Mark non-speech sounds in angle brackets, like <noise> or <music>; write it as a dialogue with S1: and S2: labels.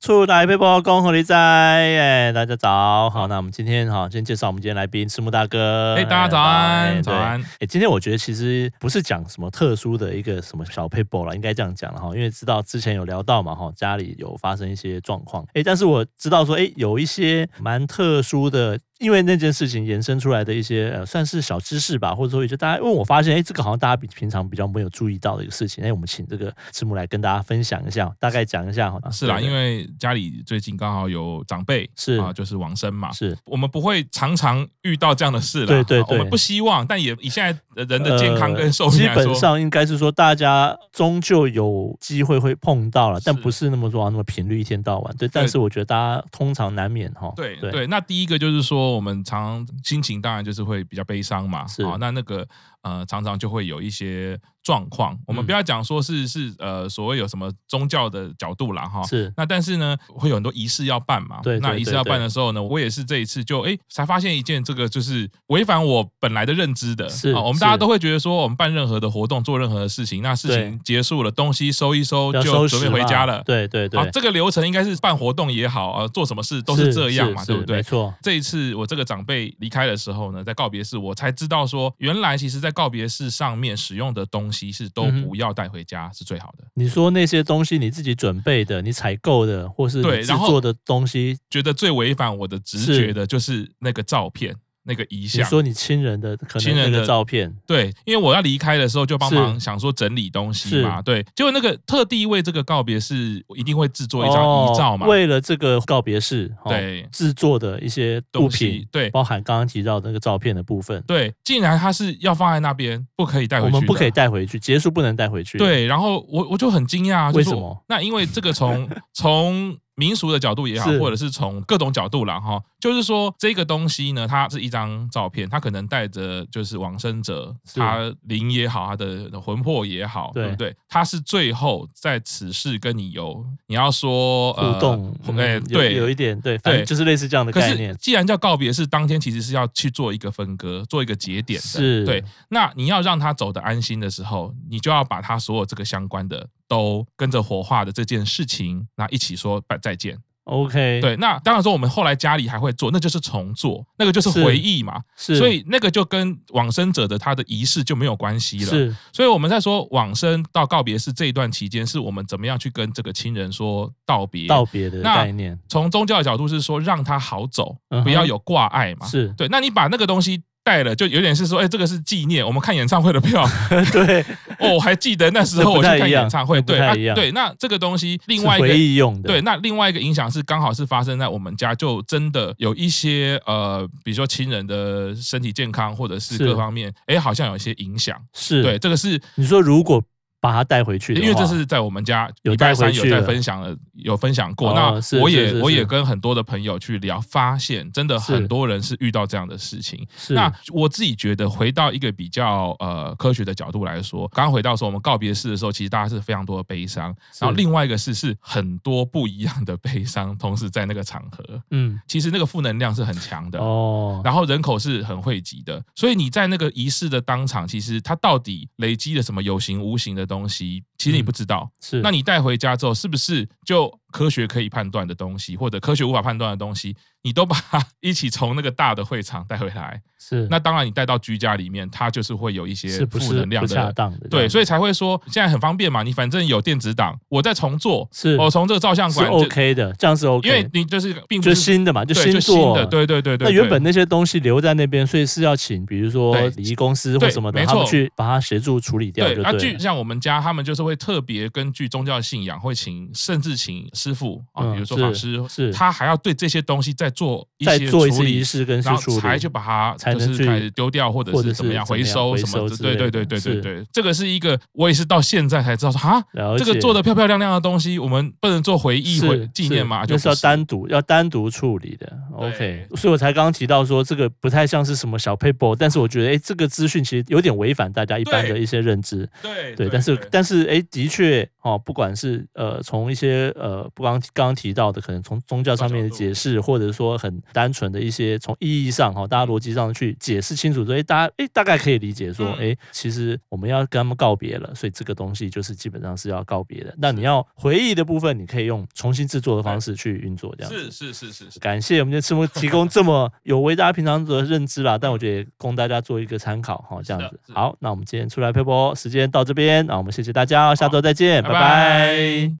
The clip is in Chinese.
S1: 出来配波恭候你在，哎，大家早好。那我们今天哈，先介绍我们今天来宾赤木大哥。
S2: 哎、大家早安，早。
S1: 哎对
S2: 安。
S1: 哎，今天我觉得其实不是讲什么特殊的一个什么小 paper 了，应该这样讲了哈，因为知道之前有聊到嘛哈，家里有发生一些状况，哎，但是我知道说，哎，有一些蛮特殊的，因为那件事情延伸出来的一些呃，算是小知识吧，或者说也就大家，因为我发现，哎，这个好像大家比平常比较没有注意到的一个事情，哎，我们请这个赤木来跟大家分享一下，大概讲一下哈。
S2: 是啦，
S1: 对
S2: 因为家里最近刚好有长辈
S1: 是
S2: 啊，就是往生嘛，
S1: 是
S2: 我们不会常常遇到这样的事啦。
S1: 对对
S2: 啊
S1: 对
S2: 我们不希望，但也以现在呃人的健康跟寿
S1: 呃、基
S2: 命来
S1: 本
S2: 说，
S1: 上应该是说大家终究有机会会碰到了，但
S2: 是
S1: 不是那么说啊那么频率一天到晚。对，但是我觉得大家通常难免哈。
S2: 对
S1: 对
S2: 对。那第一个就是说，我们常心情当然就是会比较悲伤嘛，
S1: 是
S2: 啊，那那个呃，常常就会有一些状况。我们
S1: 嗯
S2: 不要讲说是是呃所谓有什么宗教的角度啦，哈，
S1: 是
S2: 那但是呢，会有很多仪式要办嘛。
S1: 对对
S2: 那仪式要办的时候呢，我也是这一次就哎才发现一件这个就是违反我本来的认知的。
S1: 是
S2: 啊我们
S1: 是
S2: 大家都会觉得说，我们办任何的活动，做任何的事情，那事情结束了，东西收一收
S1: 要
S2: 就
S1: 收
S2: 准备
S1: 拾
S2: 回
S1: 嘛
S2: 家了。
S1: 对对对
S2: 啊，，这个流程应该是办活动也好，呃，做什么事都是这样嘛，
S1: 是
S2: 对不
S1: 没
S2: 对？
S1: 错，
S2: 这一次我这个长辈离开的时候呢，在告别式，我才知道说，原来其实在告别式上面使用的东西是都
S1: 嗯哼
S2: 不要带回家、是最好的。
S1: 你说那些东西你自己准备的、你采购的或是你
S2: 对
S1: 制
S2: 然后
S1: 作的东西，
S2: 觉得最违反我的直觉的就是那个照片、那个遗
S1: 你
S2: 像。
S1: 说你亲人的可能
S2: 亲人
S1: 那
S2: 的
S1: 个照片，
S2: 对，因为我要离开的时候就帮
S1: 是
S2: 忙想说整理东西嘛，
S1: 是
S2: 对，结果那个特地为这个告别是一定会制作一张遗照嘛，
S1: 哦为了这个告别式，哦
S2: 对
S1: 制作的一些物
S2: 东
S1: 品
S2: 西，，对
S1: 包含刚刚提到的那个照片的部分，
S2: 对，竟然它是要放在那边，不可以带回
S1: 我
S2: 去的，
S1: 们不可以带回去，结束不能带回去。，
S2: 对，然后我我就很惊讶，啊就是
S1: 为什
S2: 我
S1: 么？
S2: 那因为这
S1: <laughs>
S2: 个从从民俗的角度也好，
S1: 是
S2: 或者是从各种角度啦，哈，就是说这个东西呢，它是一张照片，它可能带着就是往生者
S1: 是
S2: 他灵也好，他的魂魄也好，
S1: 对
S2: 对不对？它是最后在此世跟你有你要说呃
S1: 互动，嗯
S2: 哎、
S1: 有
S2: 对，
S1: 有一点对，反正就是类似这样的
S2: 可
S1: 概
S2: 是
S1: 念，
S2: 既然叫告别式，当天其实是要去做一个分割，做一个节点的。
S1: 是
S2: 对。那你要让他走得安心的时候，你就要把他所有这个相关的都跟着火化的这件事情，那一起说拜再见。
S1: OK，，
S2: 对，那当然说我们后来家里还会做，那就是重做，那个就是
S1: 是
S2: 回忆嘛。
S1: 是，
S2: 所以那个就跟往生者的他的仪式就没有关系了。
S1: 是
S2: 所以我们在说往生到告别式这一段期间，是我们怎么样去跟这个亲人说道别。
S1: 道别的
S2: 那
S1: 概念，
S2: 从宗教的角度是说让他好走，
S1: 嗯哼
S2: 不要有挂碍嘛。
S1: 是 <laughs>
S2: 对，那你把那个东西带了，就有点是说，哎、这个是纪念。我们看演唱会的
S1: <laughs>
S2: 票，
S1: 对，
S2: 哦，我还记得那时候我去看演唱会，
S1: <laughs> 这不
S2: 对
S1: 太
S2: 啊
S1: 一样这不太一样
S2: 对，那这个东西另
S1: 是
S2: 外一
S1: 回
S2: 个。
S1: 忆用的，
S2: 对，，那另外一个影响是，刚好是发生在我们家，就真的有一些呃，比如说亲人的身体健康，或者是
S1: 是
S2: 各方面，哎，好像有一些影响。
S1: 是，
S2: 对，，这个是
S1: 你说如果把它带回去的
S2: 因
S1: 话，
S2: 为这是在我们家
S1: 有
S2: 礼拜
S1: 带回
S2: 三
S1: 去
S2: 有在
S1: 了
S2: 分享了，有分享过。
S1: 哦是
S2: 那我也
S1: 是是
S2: 我
S1: 是
S2: 也跟很多的朋友去聊，发现真的
S1: 是
S2: 很多人是遇到这样的事情。
S1: 是
S2: 那我自己觉得，回到一个比较呃科学的角度来说，刚刚回到说我们告别式的时候，其实大家是非常多的悲伤，
S1: 是
S2: 然后另外一个是是很多不一样的悲伤，同时在那个场合，
S1: 嗯
S2: 其实那个负能量是很强的。
S1: 哦，
S2: 然后人口是很汇集的，所以你在那个仪式的当场，其实它到底累积了什么有形无形的东西，其实你不知道。
S1: 嗯是
S2: 那你带回家之后，是不是就科学可以判断的东西，或者科学无法判断的东西，你都把它 <laughs> 一起从那个大的会场带回来？
S1: 是
S2: 那当然，你带到居家里面，它就是会有一些
S1: 是不
S2: 负
S1: 是
S2: 能
S1: 不
S2: 量
S1: 恰
S2: 的。
S1: 当的？
S2: 对，所
S1: 以
S2: 以才会说现在很方便嘛，你反正有电子档，我再重做，
S1: 是
S2: 我从这个照相
S1: 是
S2: 馆就
S1: OK 的，这样是 OK，
S2: 因为你就是并不
S1: 就是新的嘛，就
S2: 对就
S1: 做
S2: 的，。对对对对。
S1: 那原
S2: 对
S1: 本那些东西留在那边，所以是要请，比如说
S2: 对
S1: 礼仪公司或
S2: 对
S1: 什么的，
S2: 没
S1: 他们
S2: 错
S1: 去把它协助处理掉就
S2: 对，那
S1: 对
S2: 据
S1: 了。
S2: 像我们家，他们就是会特别根据宗教信仰，会请甚至请师傅啊，
S1: 嗯
S2: 比如说
S1: 是
S2: 法师，
S1: 是
S2: 他还要对这些东西再做一
S1: 再
S2: 些
S1: 做一
S2: 处
S1: 次
S2: 理
S1: 仪，式跟去
S2: 然后
S1: 处理，
S2: 才去把它
S1: 才
S2: 就
S1: 能
S2: 是
S1: 去
S2: 开始丢掉，或者
S1: 或者
S2: 是怎么
S1: 是
S2: 样
S1: 怎么
S2: 回
S1: 样
S2: 收
S1: 回
S2: 什么
S1: 收之
S2: 对对
S1: 类的
S2: 对对
S1: 是
S2: 对对，这个是一个我也是到现在才知道说啊，
S1: 了
S2: 这个
S1: 解
S2: 做的漂漂亮亮的东西，我们不能做回忆
S1: 是
S2: 回纪
S1: 是
S2: 念嘛，就
S1: 那是要
S2: 不
S1: 单独要单独处理的。OK，
S2: 对
S1: 所以我才刚刚提到说这个不太像是什么小 paper，但是我觉得哎，这个资讯其实有点违反大家一般
S2: 对
S1: 的一些认知。
S2: 对
S1: 对，但是但是哎，的确哦，不管是呃从一些呃呃，不光刚刚提到的，可能从宗教上面的解释，或者说很单纯的一些从意义上哈，大
S2: 嗯
S1: 家逻辑上去解释清楚说，哎，大家哎大概可以理解说，
S2: 嗯
S1: 哎，其实我们要跟他们告别了，所以这个东西就是基本上是要告别的。那你要回忆的部分，你可以用重新制作的方式去运作，这样子
S2: 是是是是是，
S1: 感谢我们的赤木提供这么有为大家平常的认知
S2: <laughs>
S1: 啦，但我觉得也供大家做一个参考哈，这样子
S2: 是的是。的
S1: 哎好，那我们今天出来配播时间到这边，那我们谢谢大家哦，下周再见，拜拜
S2: 拜